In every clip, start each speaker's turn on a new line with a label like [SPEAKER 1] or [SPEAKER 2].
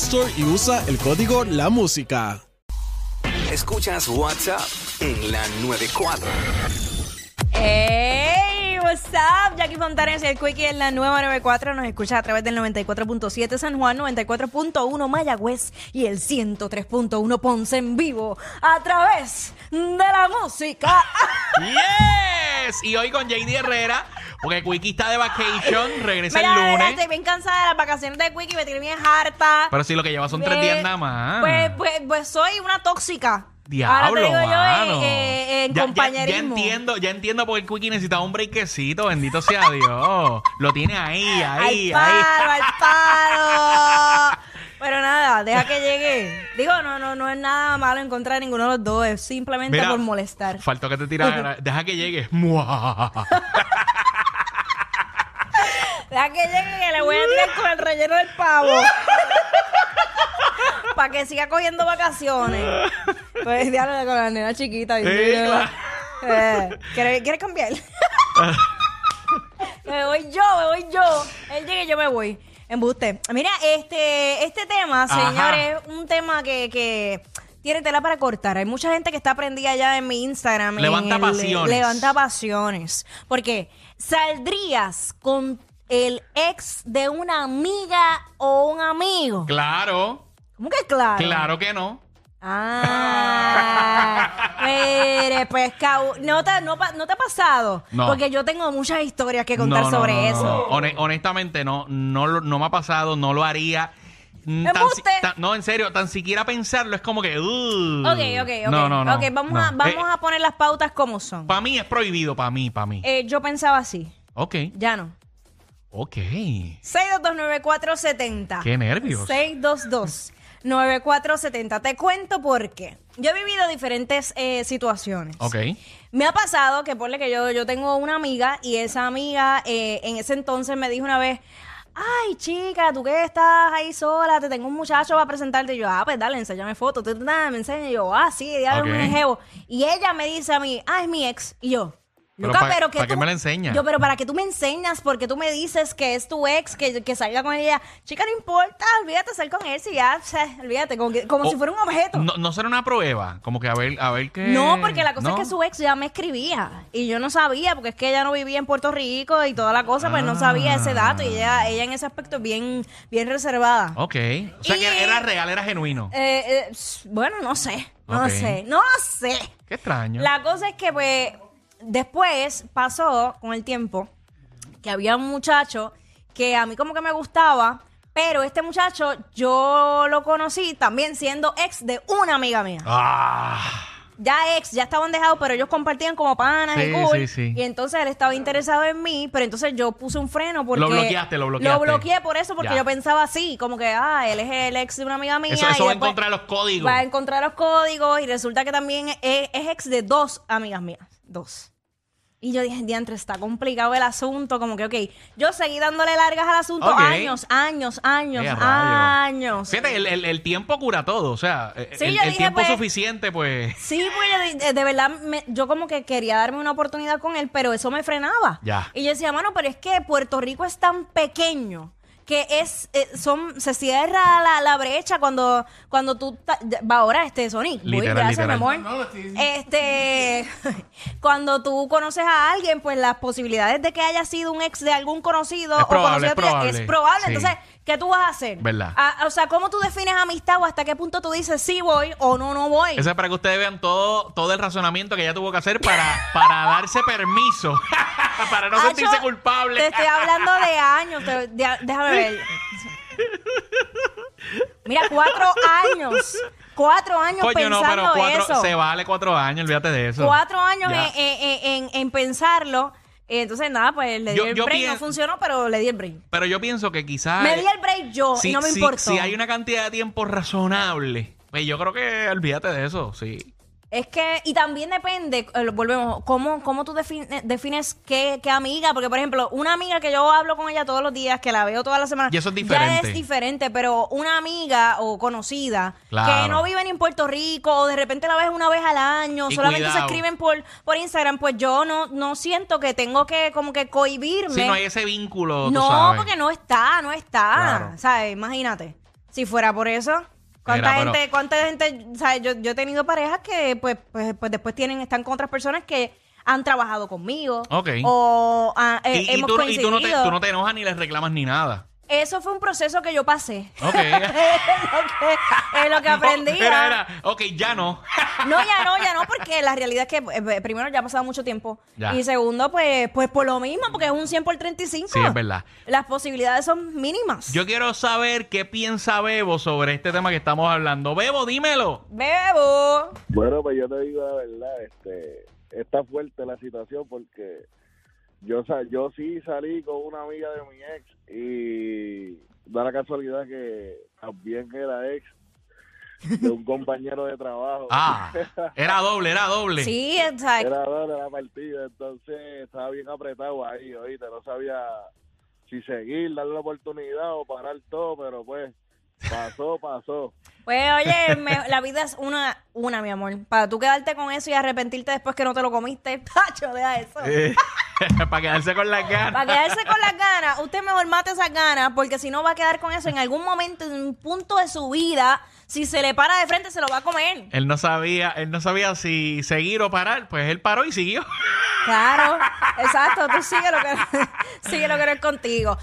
[SPEAKER 1] Store y usa el código La Música.
[SPEAKER 2] Escuchas WhatsApp en la 94.
[SPEAKER 3] ¡Hey! What's up? Jackie Fontanes, el Quickie en la nueva 94. Nos escucha a través del 94.7 San Juan, 94.1 Mayagüez y el 103.1 Ponce en vivo a través de la música.
[SPEAKER 4] ¡Yes! Y hoy con JD Herrera, porque Quickie está de vacation, regresa
[SPEAKER 3] Mira,
[SPEAKER 4] el
[SPEAKER 3] mira,
[SPEAKER 4] lunes.
[SPEAKER 3] estoy bien cansada de las vacaciones de Quickie, me tiene bien harta.
[SPEAKER 4] Pero si lo que lleva son tres
[SPEAKER 3] Eh,
[SPEAKER 4] días nada más.
[SPEAKER 3] Pues, pues, pues soy una tóxica. Ahora te
[SPEAKER 4] Diablo,
[SPEAKER 3] digo yo
[SPEAKER 4] mano.
[SPEAKER 3] eh, eh, en
[SPEAKER 4] Ya- ya- Ya,
[SPEAKER 3] compañerismo.
[SPEAKER 4] entiendo, ya entiendo por qué Quickie necesitaba un brequecito, bendito sea Dios. Lo tiene ahí, ahí,
[SPEAKER 3] al paro,
[SPEAKER 4] ahí.
[SPEAKER 3] al paro. Pero nada, deja que llegue. Digo, no, no, no es nada malo en contra de ninguno de los dos, es simplemente
[SPEAKER 4] Mira,
[SPEAKER 3] por molestar.
[SPEAKER 4] Faltó que te tirara. deja que llegue. Muah.
[SPEAKER 3] Deja que llegue que le voy a tirar con el relleno del pavo. Para que siga cogiendo vacaciones. Pues diálogo con la nena chiquita.
[SPEAKER 4] Sí,
[SPEAKER 3] dice,
[SPEAKER 4] claro.
[SPEAKER 3] eh, ¿quieres, quieres cambiar? me voy yo, me voy yo. Él llega y yo me voy. Embuste. Mira, este, este tema,
[SPEAKER 4] Ajá.
[SPEAKER 3] señores, es un tema que, que tiene tela para cortar. Hay mucha gente que está prendida ya en mi Instagram. en
[SPEAKER 4] Levanta
[SPEAKER 3] el-
[SPEAKER 4] pasiones.
[SPEAKER 3] Levanta pasiones. Porque saldrías con el ex de una amiga o un amigo.
[SPEAKER 4] Claro,
[SPEAKER 3] ¿Cómo que claro?
[SPEAKER 4] claro que no.
[SPEAKER 3] Ah, mire, pues cau- no te, no, pa- no te ha pasado.
[SPEAKER 4] No.
[SPEAKER 3] Porque yo tengo muchas historias que contar
[SPEAKER 4] No, no,
[SPEAKER 3] sobre
[SPEAKER 4] no, no,
[SPEAKER 3] eso.
[SPEAKER 4] no. Hone- honestamente, no, no, lo- no me ha pasado, no lo haría. Mm, tan si-
[SPEAKER 3] ¡Embuste!
[SPEAKER 4] tan- no, en serio, tan siquiera pensarlo es como que. uh.
[SPEAKER 3] Ok, ok, ok.
[SPEAKER 4] No, no, Eh. no.
[SPEAKER 3] Ok, vamos, a, vamos a poner las pautas como son.
[SPEAKER 4] Para mí es prohibido, para mí, para mí.
[SPEAKER 3] Eh, yo pensaba así,
[SPEAKER 4] ok,
[SPEAKER 3] ya no.
[SPEAKER 4] ok.
[SPEAKER 3] 6229470.
[SPEAKER 4] Qué nervios.
[SPEAKER 3] 622. 9470. Te cuento por qué. Yo he vivido diferentes eh, situaciones.
[SPEAKER 4] Ok.
[SPEAKER 3] Me ha pasado que ponle que yo, yo tengo una amiga y esa amiga eh, en ese entonces me dijo una vez, ay chica, tú que estás ahí sola, te tengo un muchacho para presentarte. Y yo, ah, pues dale, enséñame fotos, tú, tú, nada, me enseña. Y yo, ah, sí, diablo,
[SPEAKER 4] Ok.
[SPEAKER 3] es un jevo. Y ella me dice a mí, ah, es mi ex. Y yo,
[SPEAKER 4] Pero
[SPEAKER 3] Luca,
[SPEAKER 4] pa-
[SPEAKER 3] pero que
[SPEAKER 4] ¿pa' qué
[SPEAKER 3] tú-
[SPEAKER 4] me la enseñas?
[SPEAKER 3] Yo, pero para que tú me enseñas, porque tú me dices que es tu ex, que, que salga con ella. Chica, no importa, olvídate, sal con él, si ya, o sea, olvídate, como, que- como
[SPEAKER 4] Oh,
[SPEAKER 3] si fuera un objeto.
[SPEAKER 4] No, no será una prueba, como que a ver, a ver qué.
[SPEAKER 3] No, porque la cosa
[SPEAKER 4] Mm, No.
[SPEAKER 3] es que su ex ya me escribía y yo no sabía, porque es que ella no vivía en Puerto Rico y toda la cosa, pues no sabía ese dato y ella, ella en ese aspecto es bien, bien reservada.
[SPEAKER 4] Ok. O sea
[SPEAKER 3] Y-
[SPEAKER 4] que era real, era genuino.
[SPEAKER 3] Eh, eh, s- bueno, no sé, no
[SPEAKER 4] Ok.
[SPEAKER 3] sé, no sé.
[SPEAKER 4] Qué extraño.
[SPEAKER 3] La cosa es que pues después pasó con el tiempo que había un muchacho que a mí como que me gustaba, pero este muchacho yo lo conocí también siendo ex de una amiga mía.
[SPEAKER 4] Ah.
[SPEAKER 3] ya ex, ya estaban dejados, pero ellos compartían como panas y
[SPEAKER 4] Sí,
[SPEAKER 3] cool.
[SPEAKER 4] sí, sí.
[SPEAKER 3] Y entonces él estaba interesado en mí, pero entonces yo puse un freno porque...
[SPEAKER 4] Lo bloqueaste, lo bloqueaste.
[SPEAKER 3] Lo bloqueé por eso, porque
[SPEAKER 4] Ya.
[SPEAKER 3] yo pensaba así, como que, ah, él es el ex de una amiga mía.
[SPEAKER 4] Eso,
[SPEAKER 3] y
[SPEAKER 4] eso va en
[SPEAKER 3] después
[SPEAKER 4] contra de los códigos.
[SPEAKER 3] Va a encontrar los códigos y resulta que también e, es, es ex de dos amigas mías, dos. Y yo dije, diantre, está complicado el asunto, como que, ok, yo seguí dándole largas al asunto
[SPEAKER 4] Ok.
[SPEAKER 3] años, años, años,
[SPEAKER 4] Qué rayo.
[SPEAKER 3] años.
[SPEAKER 4] Fíjate, el, el- el tiempo cura todo. O sea, el,
[SPEAKER 3] Sí,
[SPEAKER 4] el-
[SPEAKER 3] yo
[SPEAKER 4] el
[SPEAKER 3] dije,
[SPEAKER 4] tiempo
[SPEAKER 3] pues-
[SPEAKER 4] suficiente, pues.
[SPEAKER 3] Sí, pues de, de verdad, me- yo como que quería darme una oportunidad con él, pero eso me frenaba.
[SPEAKER 4] Ya.
[SPEAKER 3] Y yo decía, mano, pero es que Puerto Rico es tan pequeño que es eh, son se cierra la, la brecha cuando cuando tú ta- va ahora este Sonic voy,
[SPEAKER 4] Literal,
[SPEAKER 3] gracias
[SPEAKER 4] literal.
[SPEAKER 3] mi amor
[SPEAKER 5] No, no, lo estoy diciendo.
[SPEAKER 3] este cuando tú conoces a alguien pues las posibilidades de que haya sido un ex de algún conocido
[SPEAKER 4] Es
[SPEAKER 3] o conocido
[SPEAKER 4] probable, es
[SPEAKER 3] tuyo,
[SPEAKER 4] probable.
[SPEAKER 3] es probable
[SPEAKER 4] Sí.
[SPEAKER 3] entonces ¿Qué tú vas a hacer?
[SPEAKER 4] ¿Verdad?
[SPEAKER 3] Ah, o sea, ¿cómo tú defines amistad o hasta qué punto tú dices sí voy o no, no voy?
[SPEAKER 4] Eso es para que ustedes vean todo, todo el razonamiento que ella tuvo que hacer para, para darse permiso, para no
[SPEAKER 3] Ah,
[SPEAKER 4] sentirse
[SPEAKER 3] yo
[SPEAKER 4] culpable.
[SPEAKER 3] Te estoy hablando de años. te- de- déjame ver. Mira, cuatro años. Cuatro años
[SPEAKER 4] Coño, no,
[SPEAKER 3] pensando
[SPEAKER 4] pero cuatro,
[SPEAKER 3] eso.
[SPEAKER 4] se vale cuatro años, olvídate de eso.
[SPEAKER 3] Cuatro años
[SPEAKER 4] Ya.
[SPEAKER 3] en, en- en- en pensarlo. Eh, Entonces, nada, pues le di
[SPEAKER 4] Yo-
[SPEAKER 3] el
[SPEAKER 4] yo
[SPEAKER 3] break.
[SPEAKER 4] pien-
[SPEAKER 3] No funcionó, pero le di el break.
[SPEAKER 4] Pero yo pienso que quizás...
[SPEAKER 3] me di el break yo y no me
[SPEAKER 4] si,
[SPEAKER 3] importó.
[SPEAKER 4] si hay una cantidad de tiempo razonable, pues yo creo que olvídate de eso, sí.
[SPEAKER 3] Es que, y también depende, eh, lo- volvemos, cómo, cómo tú define- defines qué, qué amiga, porque por ejemplo, una amiga que yo hablo con ella todos los días, que la veo toda la semana,
[SPEAKER 4] Y eso es
[SPEAKER 3] ya
[SPEAKER 4] diferente.
[SPEAKER 3] es diferente, pero una amiga o conocida
[SPEAKER 4] Claro.
[SPEAKER 3] que no vive ni en Puerto Rico, o de repente la ves una vez al año,
[SPEAKER 4] Y
[SPEAKER 3] solamente se
[SPEAKER 4] cuidado.
[SPEAKER 3] escriben por, por Instagram, pues yo no, no siento que tengo que como que cohibirme.
[SPEAKER 4] Si no hay ese vínculo, tú
[SPEAKER 3] No,
[SPEAKER 4] sabes.
[SPEAKER 3] porque no está, no está.
[SPEAKER 4] Claro.
[SPEAKER 3] ¿Sabes? Imagínate. Si fuera por eso. ¿Cuánta
[SPEAKER 4] Mira, pero-
[SPEAKER 3] gente, cuánta gente, sabes? Yo, yo he tenido parejas que pues, pues, pues después tienen, están con otras personas que han trabajado conmigo.
[SPEAKER 4] Ok.
[SPEAKER 3] O ah, eh,
[SPEAKER 4] Y, y
[SPEAKER 3] hemos
[SPEAKER 4] tú, y
[SPEAKER 3] coincidido.
[SPEAKER 4] tú no te, tú no te enojas ni les reclamas ni nada.
[SPEAKER 3] Eso fue un proceso que yo pasé.
[SPEAKER 4] Ok.
[SPEAKER 3] es, lo que, es lo que aprendí.
[SPEAKER 4] Era,
[SPEAKER 3] ah.
[SPEAKER 4] era, ok, ya no.
[SPEAKER 3] No, ya no, ya no, porque la realidad es que, eh, primero, ya ha pasado mucho tiempo.
[SPEAKER 4] Ya.
[SPEAKER 3] Y segundo, pues, pues por lo mismo, porque es un 100 por 35.
[SPEAKER 4] Sí, es verdad.
[SPEAKER 3] Las posibilidades son mínimas.
[SPEAKER 4] Yo quiero saber qué piensa Bebo sobre este tema que estamos hablando. Bebo, dímelo.
[SPEAKER 3] Bebo.
[SPEAKER 6] Bueno, pues yo te digo la verdad, este, está fuerte la situación porque yo sa- yo sí salí con una amiga de mi ex y da la casualidad que también era ex de un compañero de trabajo.
[SPEAKER 4] Ah, era doble, era doble.
[SPEAKER 3] Sí, exacto.
[SPEAKER 6] Era dos de la partida, entonces estaba bien apretado ahí, oíste, no sabía si seguir, darle la oportunidad o parar todo, pero pues pasó, pasó.
[SPEAKER 3] Pues oye, me- la vida es una, una, mi amor. Para tú quedarte con eso y arrepentirte después que no te lo comiste, tacho, deja eso.
[SPEAKER 4] Eh, para quedarse con la
[SPEAKER 3] Para
[SPEAKER 4] cara.
[SPEAKER 3] quedarse con las ganas, usted mejor mate esas ganas, porque si no va a quedar con eso en algún momento, en un punto de su vida, si se le para de frente, se lo va a comer.
[SPEAKER 4] Él no sabía, él no sabía si seguir o parar, pues él paró y siguió.
[SPEAKER 3] Claro, exacto, tú sigue lo que sigue lo que no es contigo.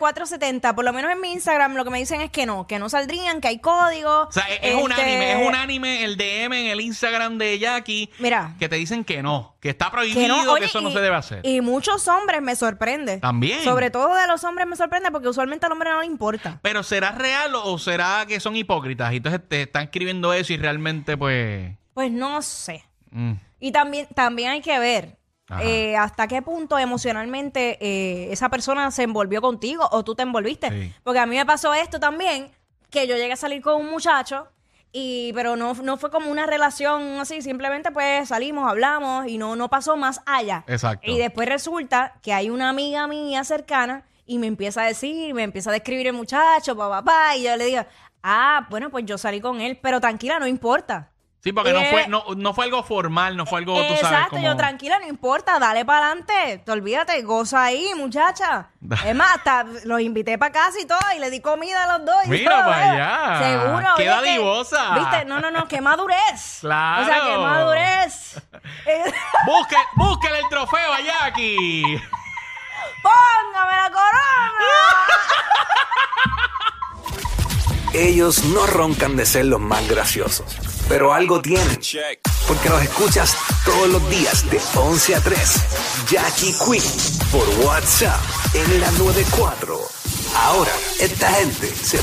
[SPEAKER 3] 6229470, por lo menos en mi Instagram lo que me dicen es que no, que no saldrían, que hay código.
[SPEAKER 4] O sea, es, es
[SPEAKER 3] Este
[SPEAKER 4] unánime, es unánime el DM en el Instagram de Jackie
[SPEAKER 3] Mira.
[SPEAKER 4] que te dicen que no, que está prohibido,
[SPEAKER 3] Que
[SPEAKER 4] que,
[SPEAKER 3] no, oye,
[SPEAKER 4] eso no
[SPEAKER 3] y-
[SPEAKER 4] se debe hacer.
[SPEAKER 3] Y muchos hombres me sorprende.
[SPEAKER 4] También.
[SPEAKER 3] Sobre todo de los hombres me sorprende porque usualmente al hombre no le importa.
[SPEAKER 4] Pero ¿será real o, o será que son hipócritas? Y entonces te están escribiendo eso y realmente pues...
[SPEAKER 3] Pues no sé.
[SPEAKER 4] mm.
[SPEAKER 3] Y también, también hay que ver
[SPEAKER 4] Ajá.
[SPEAKER 3] eh, hasta qué punto emocionalmente eh, esa persona se envolvió contigo o tú te envolviste.
[SPEAKER 4] Sí.
[SPEAKER 3] Porque a mí me pasó esto también, que yo llegué a salir con un muchacho, y pero no, no fue como una relación así, simplemente pues salimos, hablamos y no, no pasó más allá.
[SPEAKER 4] Exacto.
[SPEAKER 3] Y después resulta que hay una amiga mía cercana y me empieza a decir, me empieza a describir el muchacho, papá, papá, y yo le digo, ah, bueno, pues yo salí con él, pero tranquila, no importa.
[SPEAKER 4] Sí, porque no
[SPEAKER 3] Eh,
[SPEAKER 4] fue no, no fue algo formal, no fue algo, tú sabes,
[SPEAKER 3] Exacto,
[SPEAKER 4] como...
[SPEAKER 3] yo tranquila, no importa, dale para adelante, te olvídate, goza ahí, muchacha. es más, hasta los invité para casa y todo, y le di comida a los dos. y
[SPEAKER 4] Mira
[SPEAKER 3] todo,
[SPEAKER 4] pa'
[SPEAKER 3] ¿eh?
[SPEAKER 4] allá.
[SPEAKER 3] Seguro. oye,
[SPEAKER 4] Qué
[SPEAKER 3] que-
[SPEAKER 4] dadivosa.
[SPEAKER 3] Viste, no, no, no, qué madurez.
[SPEAKER 4] Claro.
[SPEAKER 3] O sea, qué madurez. Eh,
[SPEAKER 4] Busque, búsquele el trofeo a Jackie.
[SPEAKER 3] Póngame la
[SPEAKER 4] ¡Ah!
[SPEAKER 3] corona.
[SPEAKER 2] Ellos no roncan de ser los más graciosos, pero algo tienen. Porque los escuchas todos los días de 11 a 3. Jackie Quinn por WhatsApp en la 94. Ahora, esta gente se